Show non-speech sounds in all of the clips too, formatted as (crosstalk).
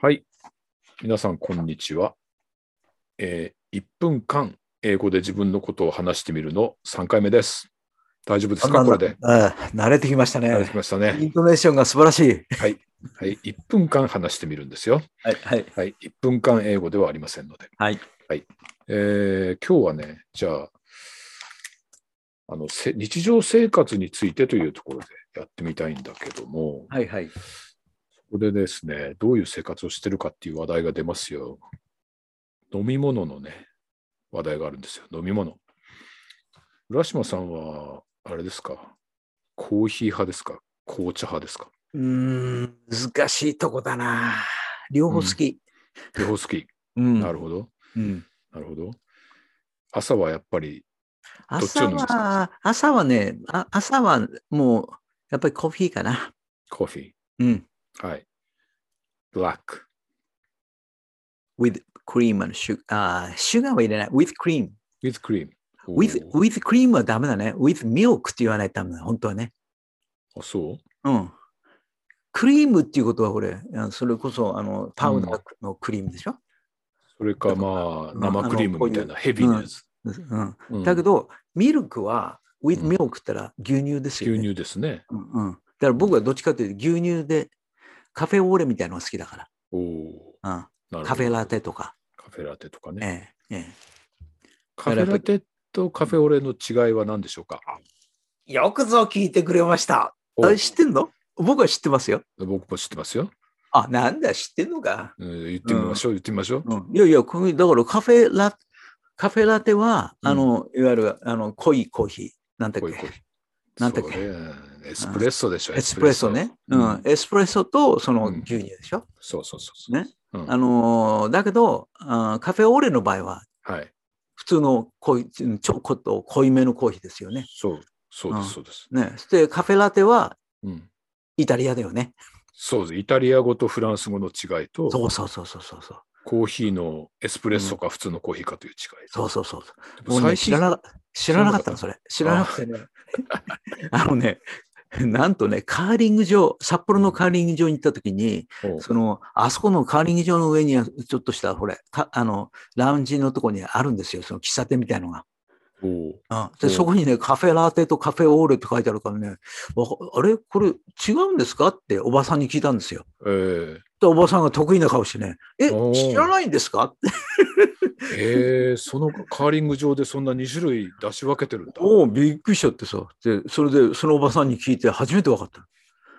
はい。皆さん、こんにちは。えー1分間、英語で自分のことを話してみるの3回目です。大丈夫ですかだんこだれんで。うん慣れてきました慣れねて。きましたイね。ントネーションが素晴らしい。はい。1分間話してみるんですよ。はい、はい、はい。1分間英語ではありませんので。はい。はい。えー今日はね、じゃあ、あの、せ日常生活についてというところでやってみたいんだけども、はい、はい。ここでですね、どういう生活をしてるかっていう話題が出ますよ。飲み物のね、話題があるんですよ。飲み物。浦島さんは、あれですか、コーヒー派ですか、紅茶派ですか。うーん、難しいとこだな。両方好き。両方好き。うんなるほど。うんなるほど。朝はやっぱり、どっちを朝飲むんですかは、朝はね、あ朝はもう、やっぱりコーヒーかな。コーヒうん。ー。はい。ブラック。 with cream and sugar. あー、シュガーは入れない。with cream。 with cream。お with, ー with cream はダメだね。with milk って言わないとダメだ。本当はね。あ、そううん。クリームっていうことは、これ、あそれこそ、あの、パウダーのクリームでしょ、それかまあ、まあ生クリームみたいなヘビーなやつ。うん、うんだけど、ミルクは、with うん milk って言ったら牛乳ですよ、ね。牛。乳ですね。うんうん。だから僕はどっちかというと、牛乳で、カフェオーレみたいなのが好きだかおお。ら。うん、なるほどカフェラテとか。カフェラテとかね。えええカフェラテとカフェオレの違いは何でしょうかえよくぞ聞いてくれました。あ知ってんの僕は知ってますよ。お僕も知ってますよ。あ、なんだ、知ってんのか。うん言ってみましょう、言ってみましょう。うん、いやいや、こういうだからカフェラカフェラテは、あの、いわゆるあの濃いコーヒー。なんだっこうけいうコーヒーなんだっそうけねエスプレッソでしょ。エスプレッソね。ううんん。エスプレッソとそうのん牛乳でしょ。そうそうそうそう。ねうんあのーだけど、あーカフェオーレの場合は、はい。普通の濃い、うんちょこっと濃いめのコーヒーですよね。そう、そうでうす、んそうです。ね。そしてカフェラテはうんイタリアだよね。そうです。イタリア語とフランス語の違いと、そうそうそうそうそうそう。コーヒーのエスプレッソか普通のコーヒーかという違い。そうそうそう。でももうね、最知近らなか知らなかったの、それ。知らなくて (laughs) ね。あのね、なんとね、カーリング場、札幌のカーリング場に行った時に、おうその、あそこのカーリング場の上には、ちょっとした、ほれ、かあの、ラウンジのとこにあるんですよ、その喫茶店みたいのが。おうあうでんそこにね、カフェラテとカフェオーレって書いてあるからね、わかあれこれ違うんですかっておばさんに聞いたんですよ。えーでおばさんが得意な顔してね、えお、ー知らないんですかって、えーそのカーリング場でそんな2種類出し分けてるんだ。おお、びっくりしちゃってさ、で、それでそのおばさんに聞いて初めて分かった。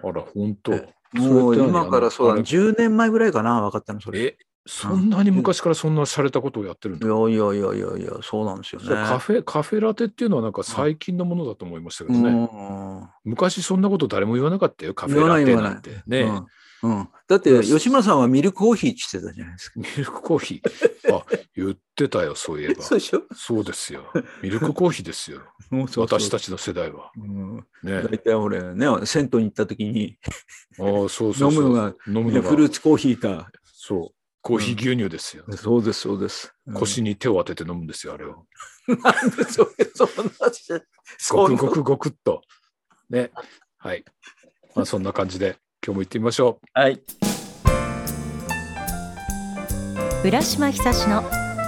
あら、本当。えもうそれって何今からそうだあね、の10年前ぐらいかな、分かったの、それ。いえ、そんなに昔からそんな洒落たことをやってるんだ。やいやいやいやいや、そうなんですよね。そうカフェカフェラテっていうのはなんか最近のものだと思いましたけうどね、ん昔そんなこと誰も言わなかったよカフェラテ言わなないんてね、うんうん、だって、吉村さんはミルクコーヒーって言ってたじゃないですか。ミルクコーヒ (laughs) ーあ言ってたよそういえばそうでしょそうですよミルクコーヒーですよもう (laughs) そうそう私たちの世代はうんね大体俺ね、銭湯に行った時にああそう飲そうそうむのが飲むねのフルがーツコーヒーか。そうコーヒー牛乳ですよ、そうです、そうです。腰に手を当てて飲むんですよあれをなんでそれ、そんなしごそういくうごくごくっとねはい、まあ、そんな感じで今日も行ってみましょうはい。浦島ひさしの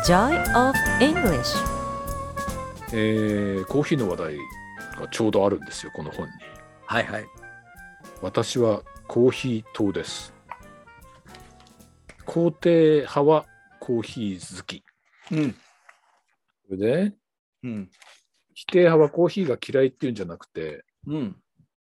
Joy of English えーコーヒーの話題がちょうどあるんですよこの本にはいはい。私はコーヒー党です肯定派はコーヒー好きうん。それでうん。否定派はコーヒーが嫌いっていうんじゃなくてうん。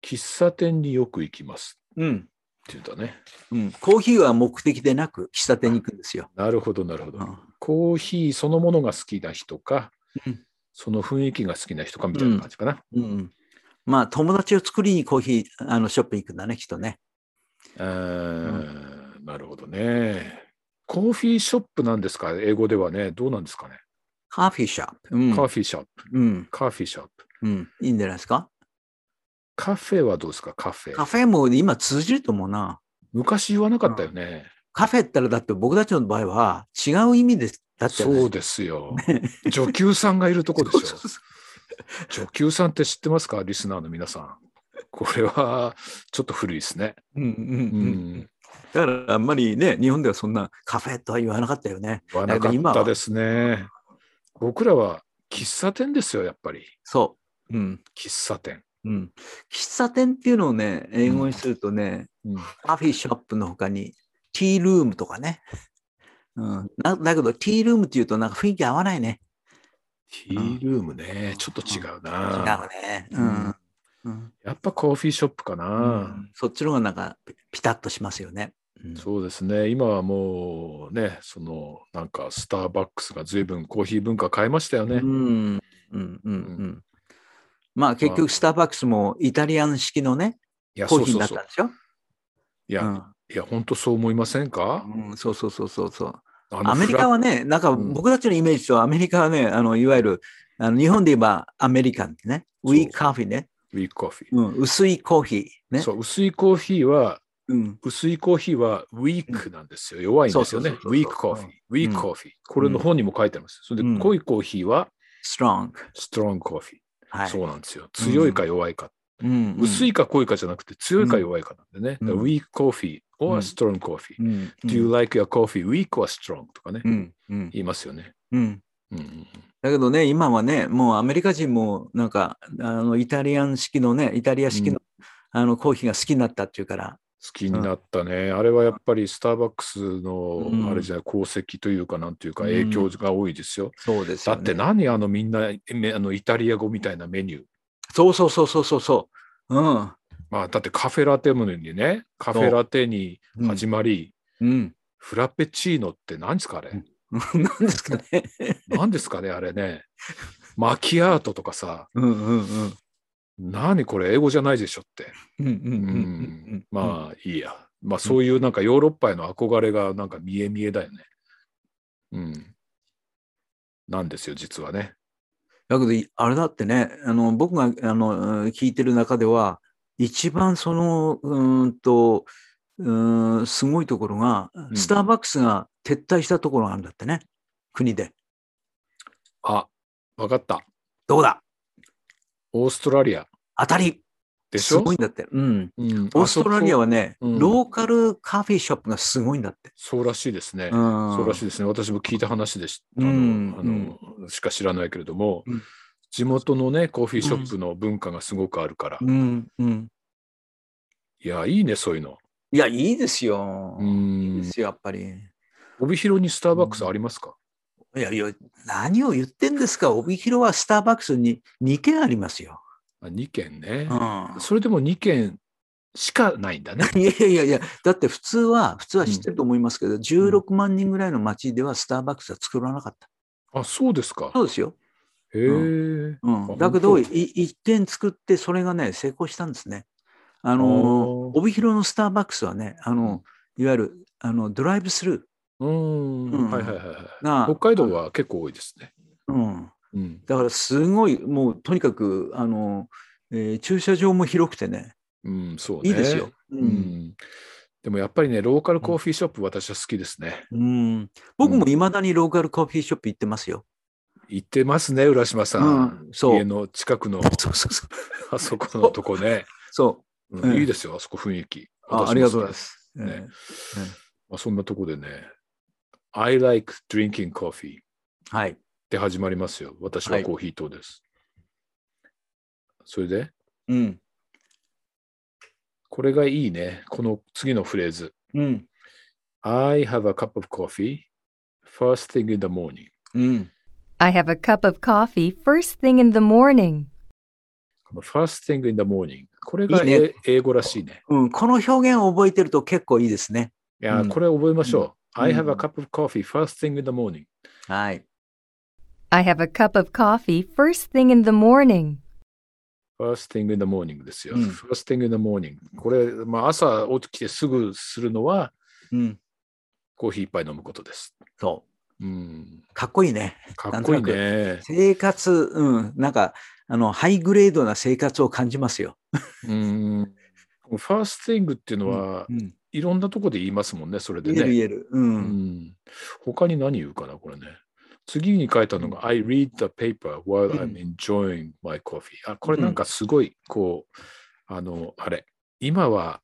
喫茶店によく行きますうん。っていうんだねうん、コーヒーは目的でなく、喫茶店に行くんですよ。なるほどなるほど、うんコーヒーそのものが好きな人か、うんその雰囲気が好きな人かみたいな感じかな、うんうん。まあ、友達を作りにコーヒー、あの、ショップに行くんだね、きっとね。うーんなるほどねコーヒーショップなんですか英語ではねどうなんですかね、カーフィーショップ。うん。カーフィーショップうん。カーフィーショップ。うん。いいんじゃないですかカフェはどうですかカフカェ。フェも今通じると思うな。昔言わなかったよね。カフェったらだって僕たちの場合は違う意味です。だってそうですよ。女給さんがいるとこでしょ。そうそうそ女給さんって知ってますかリスナーの皆さん。これはちょっと古いですね。ううんううんうんん。だからあんまりね、日本ではそんなカフェとは言わなかったよね。言わなかったですね。僕らは喫茶店ですよ、やっぱり。そう。うん。喫茶店。うん。喫茶店っていうのをね、英語にするとね、カフェショップの他に、ティールームとかね。うん、なだけど、ティールームっていうと、なんか雰囲気合わないね。ティールームね、ちょっと違う違うな。ね。うん。うんやっぱコーヒーショップかうな。んそっちの方がなんかピピタッとしますよね。うんそうですね、今はもうね、そのなんかスターバックスが随分コーヒー文化変えましたよね。うんうんうんうう。んまあ結局スターバックスもイタリアン式のね、いや、そコーうヒーにそうなっそうたん。でしょいや、いや、本当そう思いませんかうんうんそうそうそうそうそう。あのアメリカはね、なんかうん僕たちのイメージとアメリカはね、あのいわゆるあの日本で言えばアメリカンってね、そウうィーカフィーね、フラッグウィークコーヒー。うん、薄いコーヒーね。そう薄いコーヒーは、うん薄いコーヒーはウィークなんですよ。弱いんですよね。そウうそうそうそうィークコーヒーうん。ウィークコーヒー。これの本にも書いてあります。それうんで、濃いコーヒーはストロング。ストロングコーヒー。はい。そうなんですよ。強いか弱いか。うんうん薄いか濃いかじゃなくて、強いか弱いかなんでね。うだかんらウィークコーヒーう or んストロングコーヒー。うん Do you like your coffee weak or strong? とかねう。んうん言いますよね。うん。うんうんだけどね、今はね、もうアメリカ人もなんか、あのイタリアン式のね、イタリア式の,、あのコーヒーが好きになったっていうから、好きになったね、あれはやっぱりスターバックスうんのあれじゃない功績というかなんていうかうん影響が多いですよ。そうでだって何あのみんなめあのイタリア語みたいなメニュー。そうそうそうそうそうそう。うん。まあだってカフェラテものにねカフェラテに始まり、うん。フラペチーノって何ですかあれ、うん (laughs) 何ですかね。何ですかねあれねマキアートとかさうんうんうん。何これ英語じゃないでしょって、うんうんううんうんん。あ。まあいいやまあそういうなんかヨーロッパへの憧れがなんか見え見えだよねうんなんですよ実はねだけど、いあれだってね、あの僕があのうん聞いてる中では、一番その、うーんと、うーん、すごいところが、んスターバックスが撤退したところがあるんだってね、国で。あわかったどうだオーストラリア当たりでしすょごいんだって。うん。うんオーストラリアはね、あそこうんローカルカフェショップがすごいんだって。そうらしいですね。んそうらしいですね。私も聞いた話でし、あのうんあのしか知らないけれども、うん地元のね、コーヒーショップの文化がすごくあるから、うん、うん。いや、いいね、そういうの。いや、いいですよ。ういいんで。すよ、やっぱり。帯広にスターバックスありますか、いやいや、何を言ってんですか。帯広はスターバックスに2軒ありますよ。あ ?2 軒ねう、ん。それでも2軒しかないんだね。 (laughs) いやいやいや、だって普通は、普通は知ってると思いますけど、16万人ぐらいの町ではスターバックスは作らなかった。あ、そうですか。そうですよ。へえ。うん、あだけど、い本一点作って、それがね、成功したんですね。ああのー、帯広のスターバックスはね、あの、いわゆる、あの、ドライブスルうん,、うんはいはいはいはい。が北海道は結構多いですね。ー。うん。うん。だから、すごい、もう、とにかく、あの、えー駐車場も広くてね、うん、そうね。いいですよ。。う。うんん。でもやっぱりね、ローカルコーヒーショップ、私は好きですね。うん、僕もいまだにローカルコーヒーショップ行ってますよ。行ってますね、浦島さん。うんそう家の近く (laughs) の、そうそうそう。あそこのとこね。そう。うんええいいですよ、あそこ雰囲気。あありがとうございます。ねええまあ、そんなとこでね、I like drinking coffee っえはい。て始まりますよ。私はコーヒー党です。それで、うん。これがいいね。この次のフレーズ。うん。 I have a cup of coffee first thing in the morning. うん。 I have a cup of coffee first thing in the morning. この first thing in the morning。これがいいねえ英語らしいね。うん、この表現を覚えてると結構いいですね。いやー、うんこれ覚えましょう。うん I have a cup of coffee first thing in the morning. はい。 I have a cup of coffee first thing in the morning. First thing in the morning ですよ。うん First thing in the morning。これ、まあ、朝起きてすぐするのはうん。コーヒー一杯飲むことです。そうん、う。かっこいいね。かっこいいね。生活、うん。なんか、あの、ハイグレードな生活を感じますよ。うん。First thing っていうのは、うん。いろんなとこで言いますもんね、それで言えるね。言える。う。うんん、他に何言うかな、これね。次に書いたのが、I read the paper while うん I'm enjoying my coffee。あ、これなんかすごい、こう、あの、あれ、今は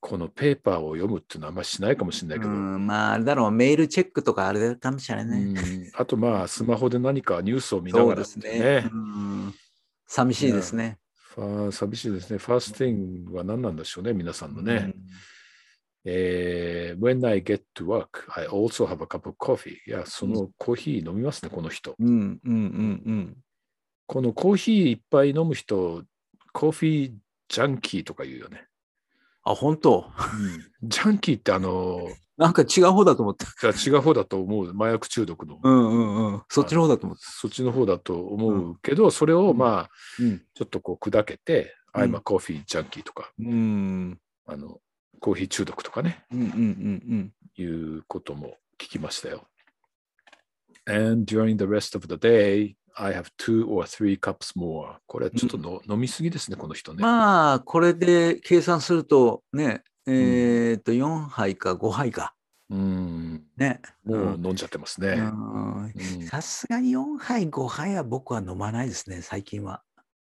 このペーパーを読むっていうのはあんましないかもしれないけうど、ん、まあ、あれだろう、メールチェックとかあれかもしれないね。うんあとまあスマホで何かニュースを見なそがうらでってすいうね。うん寂しいですね。ファー寂しいですね。ファースティングは何なんでしょうね、皆さんのね。うんえー When I get to work, I also have a cup of coffee. いや、そのコーヒー飲みますね、この人。うんうんうんうん。このコーヒーいっぱい飲む人、コーヒージャンキーとか言うよね。あ、本当。ジャンキーってあの、なんか違う方だと思った。いや違う方だと思う、麻薬中毒の。うんうんうん。そっちの方だと思った。そっちの方だと思うけど、それをまあ、うん。ちょっとこう砕けて、うん I'm a coffee junkie とか、うんあの、コーヒー中毒とかね。うんうんうんいうことも聞きましたよ。And during the rest of the day, I have two or three cups more. これはちょっとの、飲みすぎですね、この人うん。ね。まあ、これで計算するとね、えっと、4杯か5杯か。うん、ね。もう飲んじゃってますね。うんうんさすがに4杯、5杯は僕は飲まないですね、最近は。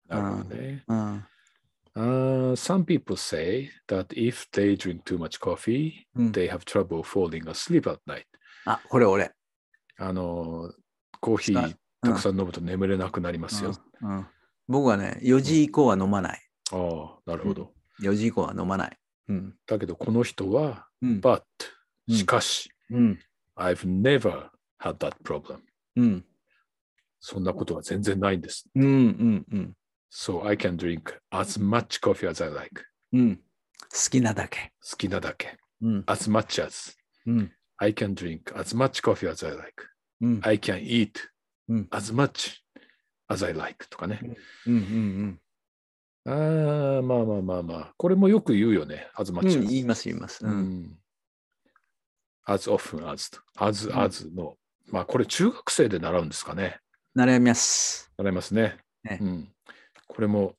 なるほどね。うん。 Uh, some people say that if they drink too much coffee, うん they have trouble falling asleep at night. あ、これ俺。あの、コーヒーたくさん飲むと眠れなくなりますよ。うんうん僕はね、4時以降は飲まない。ああ、なるほど。 4時以降は飲まない。うん。だけど、この人は、うん。 but、うんしかし、うん。 I've never had that problem. うん。そんなことは全然ないんです。うん。うん。うん。 So I can drink as much coffee as I like. うん。好きなだけ。好きなだけ。うん。 As much as. うん。 I can drink as much coffee as I like. うん。 I can eat うん。 as much as I like. とかね。うん。うん。あーまあまあまあまあ。これもよく言うよね。as う much ん。言い as. ます、言います。ううん。ん as often as. と as うん as の。まあこれ中学生で習うんですかね。悩みます。習いますね。ねうん、これも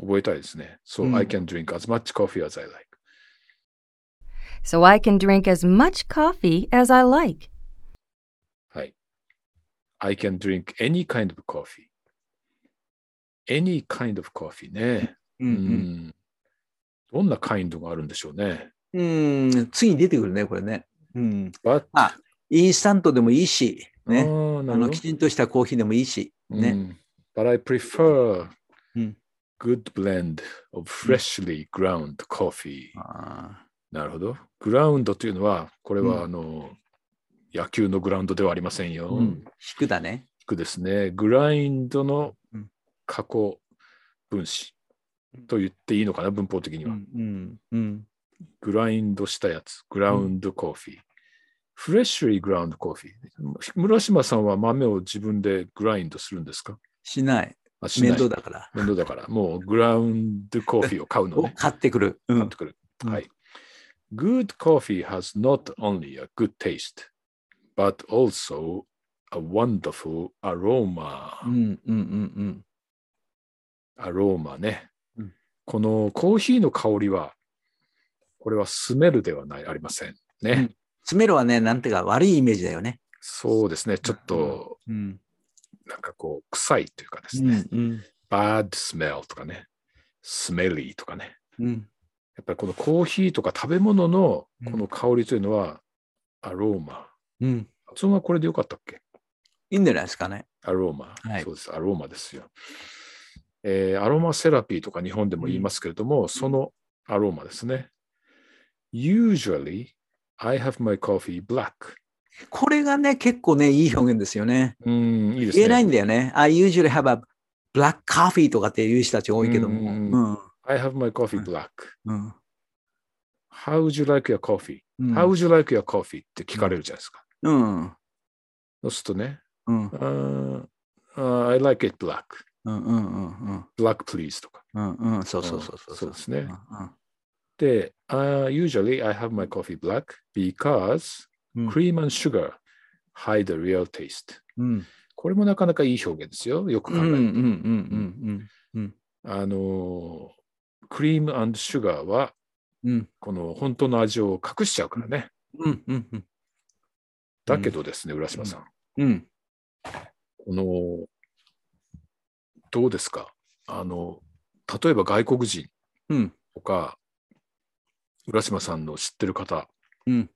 覚えたいですね。So、うん I can drink as much coffee as I like. So I can drink as much coffee as I like. はい。I can drink any kind of coffee. Any kind of coffee ね。う。うんどんな kind があるんでしょうね。うん。うん。次に出てくるね、これね。うん。 But、あインスタントでもいいし、あね。ーなあるほの、どき。ちんとしたコーヒーでもいいし、うね。ん But I prefer うん good blend of freshly ground coffee. あなるほど。グラウンドというのは、これうんはあの、野球のグラウンドではありませんよ。ーうん。引くだね。ックですね。グラインドのうん過去分子と言っていいのかな、文法的にうは。ん。うん。うん。グラインドしたやつ、グラウンドコーヒー。フレッシュリーグラウンドコーヒー。村島さんは豆を自分でグラインドするんですかしない。あしない面倒だから。面倒だから。もうグラウンドコーヒーを買うのをね。買ってくる。う買っんてくる。うんはい。Good coffee has not only a good taste, but also a wonderful aroma. うんうんうんアローマね、うんこのコーヒーの香りは、これはスメルではない、ありません。ね。うんスメルはね、なんていうか悪いイメージだよね。そうですね。ちょっと、うん。なんかこう、臭いというかでうすね。ん。 bad smell とかね。smelly とかね。うん。やっぱりこのコーヒーとか食べ物のうんこの香りというのは、アローマ。うん。発音はこれでよかったっけいいんじゃないですかね。アローマ、はいそうです、アローマですよ。えーアロマセラピーとか日本でも言いますけれども、そのアローマですね。Usually, I have my coffee black. これがね、結構ね、いい表現ですよね。うん、いいですね。言えないんだよね。I usually have a black coffee とかっていう人たち多いけども。うんう I have my coffee black. ん。うん。 How would you like your coffee?、うん How would you like your coffee? って聞かれるじゃないですか。うん。そうするとね、うん。あー I like it black. うん。うん。うん。 Black please とか。うん。うん。そうそうそうそう。そうですねんうんで、あー usually I have my coffee black because うん cream and sugar hide the real taste. うん。これもなかなかいい表現ですよ。よくうん。考うん。うん。うえると。ん。あのー、クリームシュガーは、うんこの本当の味を隠しちゃうからね。うん。うん。うん。だけどですね、浦島さん。うん。この、どうですかあの、例えば外国人うん。とか、浦島さんの知ってる方、うん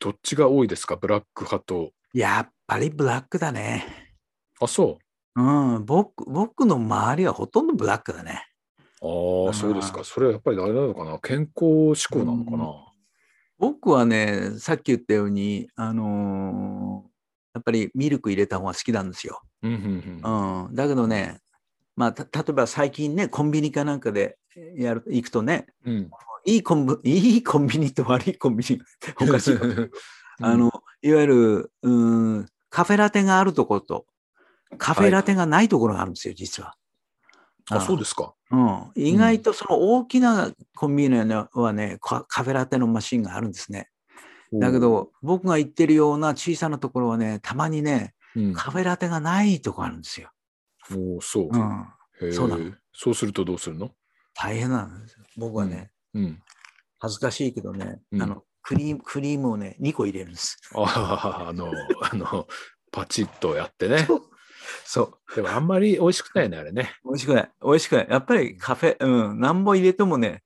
どっちが多いですかブラック派と。やっぱりブラックだね。あ、そうん、僕僕の周りはほとんどブラックだね。う。ああ、そうですか。それはやっぱりあれなのかな健康志向なのかな、僕はね、さっき言ったように、あのーやっぱりミルク入れた方が好きなんですよ。うん、うん、うん。うん、だけどね、まあ、た例えば最近ね、コンビニかなんかでやる行くとね、うん。いいコンビ (laughs) いいコンビニと悪いコンビニ、 (laughs) お (laughs) かしいこと言うあの、いわゆる、うん、カフェラテがあるところと、カフェラテがないところがあるんですよ、実は。あ、そうですか。うん、意外とその大きなコンビニはね、カカフェラテのマシンがあるんですね。だけど、僕が行ってるような小さなところはね、たまにね、うん、カフェラテがないとこあるんですよ。もうそう。うん、へえそうなのそうするとどうするの大変なんですよ。僕はね、 (laughs) うん。恥ずかしいけどね、うんあのクリームクリームをね、2個入れるんです。ああ、あの、 (laughs) あの、パチッとやってね。そうそう。でもあんまり美味しくないね、あれね。美味しくない。美味しくない。やっぱりカフェ、うん、何本入れてもね、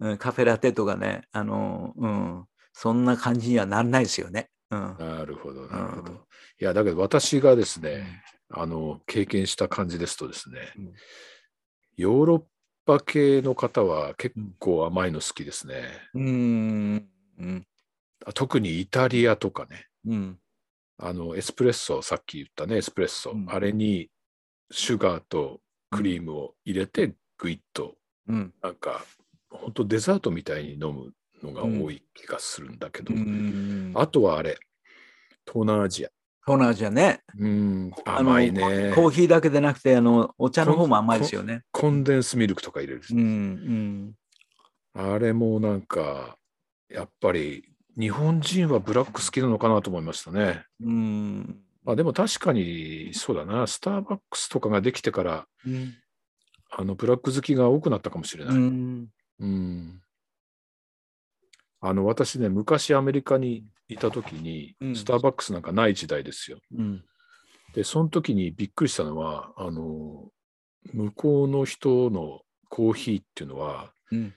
うん、カフェラテとかね、あの、うん、そんな感じにはならないですよね。うん。なるほど、なるほど。うんいや、だけど私がですね、あの、経験した感じですとですね、うんヨーロッパ系の方は結構甘いの好きですね。うーん。うん。あ特にイタリアとかね、うん。あの、エスプレッソ、さっき言ったね、エスプレッソ、うんあれにシュガーとクリームを入れて、グイッとうん。なんか、本当デザートみたいに飲むのが多い気がするんだけど、うんあとはあれ、東南アジア。東南アジアね。うん、あの甘いね。コーヒーだけでなくて、あの、お茶の方も甘いですよね。コンデンスミルクとか入れる。うん。うん。あれもなんか、やっぱり日本人はブラック好きなのかなと思いましたね。うん。あでも確かにそうだな、スターバックスとかができてから、うん。あのブラック好きが多くなったかもしれない。うん。うんあの私ね、昔アメリカにいた時にう、んスターバックスなんかない時代ですよ。うん。で、その時にびっくりしたのは、あの、向こうの人のコーヒーっていうのは、うん。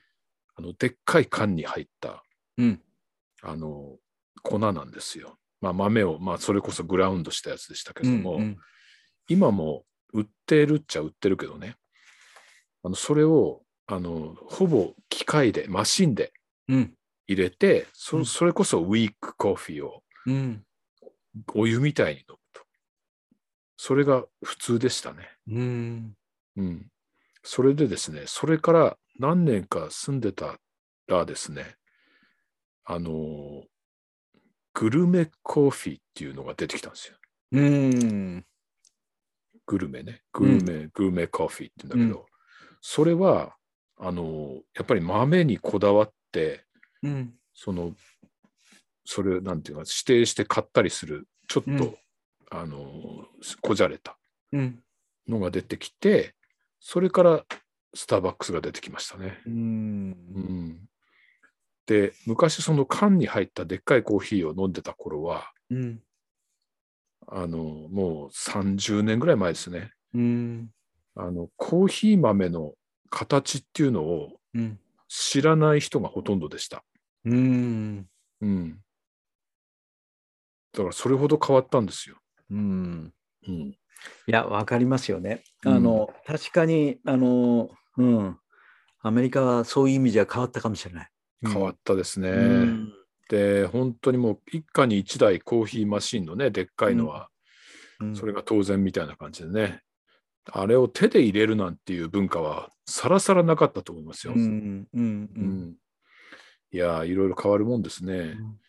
あの、でっかい缶に入った、うん。あの、粉なんですよ。まあ、豆を、まあ、それこそグラウンドしたやつでしたけども、うん今も売ってるっちゃ売ってるけどね、あの、それを、あの、ほぼ機械で、マシンでうん。入れて、うそんそれこそウィークコーヒーをうん。お湯みたいに飲むと。それが普通でしたね。うん。うん。それでですね、それから何年か住んでたらですね、あの、グルメコーヒーっていうのが出てきたんですよ。うん。グルメね。グルメ、グルメコーヒーって言うんだけど、それは、あの、やっぱり豆にこだわって、うん。その、それ、なんていうか、指定して買ったりする、ちょっと、うんあの、こじゃれたうん。のが出てきて、それからスターバックスが出てきましたね。うん。うんで昔その缶に入ったでっかいコーヒーを飲んでた頃はうん。あのもう30年ぐらい前ですねうん。あのコーヒー豆の形っていうのをうん。知らない人がほとんどでした、うん。うん、だからそれほど変わったんですよ、うん。うんいや、わかりますよね。うんあの、確かに、あの、うん。アメリカはそういう意味じゃ変わったかもしれない。変わったですね、うんで本当にもう一家に一台コーヒーマシンのねでっかいのは、うんそれが当然みたいな感じでね、あれを手で入れるなんていう文化はさらさらなかったと思いますよ。うんうんううんんいやー、いろいろ変わるもんですね。うん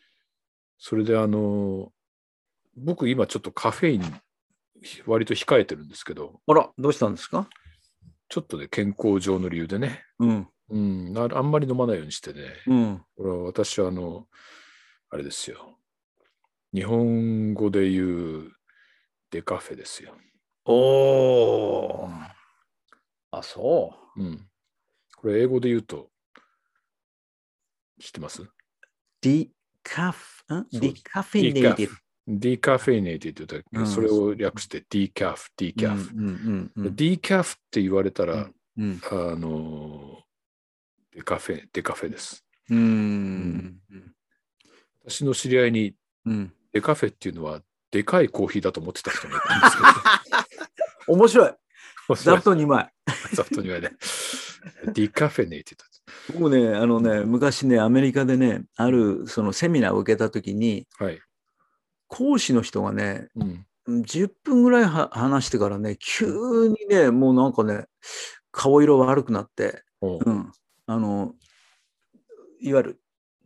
それで、あのー僕今ちょっとカフェイン割と控えてるんですけど、あら、どうしたんですかちょっとね、健康上の理由でね、うんうん、なあんまり飲まないようにしてね、うんこれは私はあの、あれですよ、日本語で言うデカフェですよ。おお。あ、そうん。これ英語で言うと、知ってますう。ディカフ、んそうディカフィネイティブ。ディカフェイネイティって言ったら、うんそれを略してディカフ、ディカフ。うんうんうんうんディカフって言われたら、うんあのー、デカフェ、デカフェです。うん。私の知り合いにうん。デカフェっていうのはでかいコーヒーだと思ってた人がいたんですけど (laughs) 面白い。面座白い布団2枚。ざっとにはね。ディカフェネイティ僕ね、あのね、昔ね、アメリカでね、あるそのセミナーを受けたときに、ド。はい。講師の人がね、うん。 10分ぐらいは話してからね、急にね、もうなんかね、顔色悪くなって、おううん、あの、いわゆる、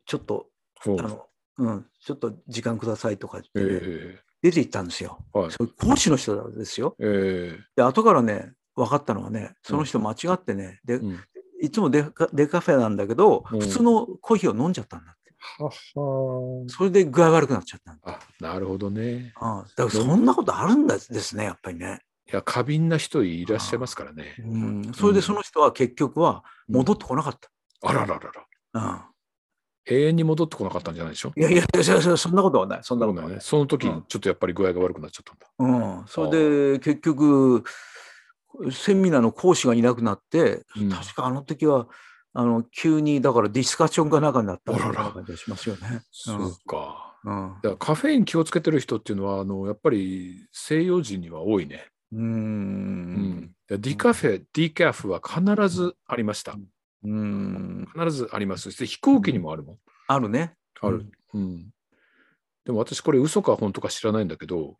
ちょっと、おうあの、うん、ちょっと時間くださいとかえ言ってね、え出て行ったんですよ。はい。そう講師の人なんですよ。ええで、後からね、分かったのはね、その人間違ってね、でうんいつもデカデカフェなんだけど、うん普通のコーヒーを飲んじゃったんだって。ははそれで具合悪くなっちゃったんだ。あ、なるほどね。ああだからそんなことあるんですね、やっぱりね。いや、過敏な人いらっしゃいますからね。うん、それでその人は結局は戻ってこなかった。あらららら。うん永遠に戻ってこなかったんじゃないでしょいやいやいやいやいや、そんなことはない。そんなことはない。ね。その時うにんちょっとやっぱり具合が悪くなっちゃったんだ。うん、それで結局セミナーの講師がいなくなって、うん確かあの時はあの急にだからディスカッションかなんかになったあらら感じがしますよね。そうか。うんだからカフェイン気をつけてる人っていうのは、あのやっぱり西洋人には多いね。ううんん。だからディカフェ、ディカフは必ずありました。うん必ずあります。そして飛行機にもあるもん。あるね。ある。うん。でも私これ嘘か本当か知らないんだけど、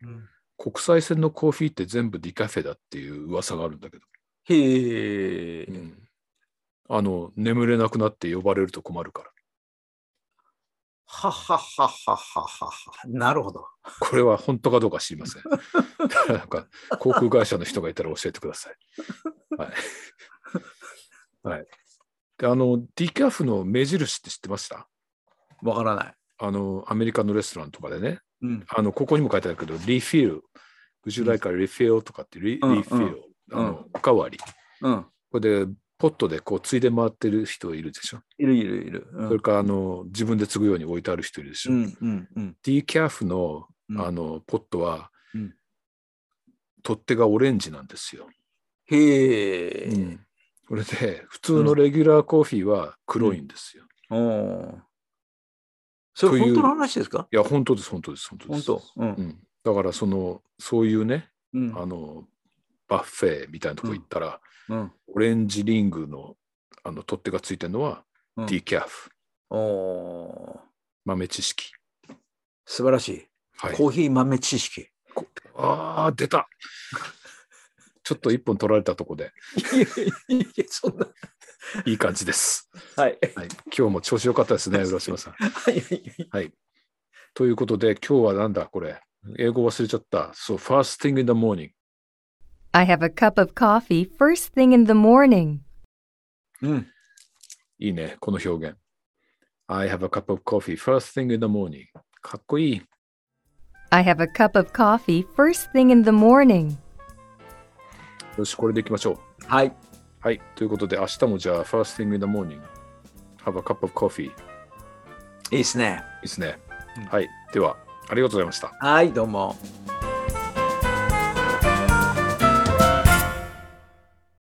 国際線のコーヒーって全部ディカフェだっていう噂があるんだけど、へえ、うんあの眠れなくなって呼ばれると困るからはっはっはっはっはっはっは。なるほど。これは本当かどうか知りませんなんか航空会社の人がいたら教えてくださいはい、はい、であのディカフの目印って知ってましたわからない。あのアメリカのレストランとかでねうん。あのここにも書いてあるけどリフィル Would you like a refill とかってリ,、うんリフィルあの、おかわりうん。これでポットでこうついで回ってる人いるでしょ、いるいるいる。うそれんからあの自分で継ぐように置いてある人いるでしょ、うんうんうん。 D キャフのうんあのポットは、うん取っ手がオレンジなんですよ、へえ。これで普通のレギュラーコーヒーは黒いんですよ、おお。そとれいう本当の話ですかいや本当です本当です本当で本す当。うんう。ん、だからそのそういうねうんあのバッフェみたいなとこ行ったら、うん。オレンジリングのあの取っ手がついてるのはうん D キャフおおー。豆知識素晴らしい。はいコーヒー豆知識。あー出たちょっと一本取られたとこでいやいやいや、そんな。いい感じです、はい。はい、今日も調子良かったですね浦島さんはい。ということで、今日はなんだこれ。英語忘れちゃった。そう、fasting in the morning。 I have a cup of coffee first thing in the morning. うん。いいね、この表現。I have a cup of coffee first thing in the morning。かっこいい。 I have a cup of coffee first thing in the morning. よし、これでいきましょう。はい。はい、ということで、明日もじゃあ、first thing in the morning。Have a cup of coffee。いいいですね。いですね。はい、では、ありがとうございました。はい、どうも。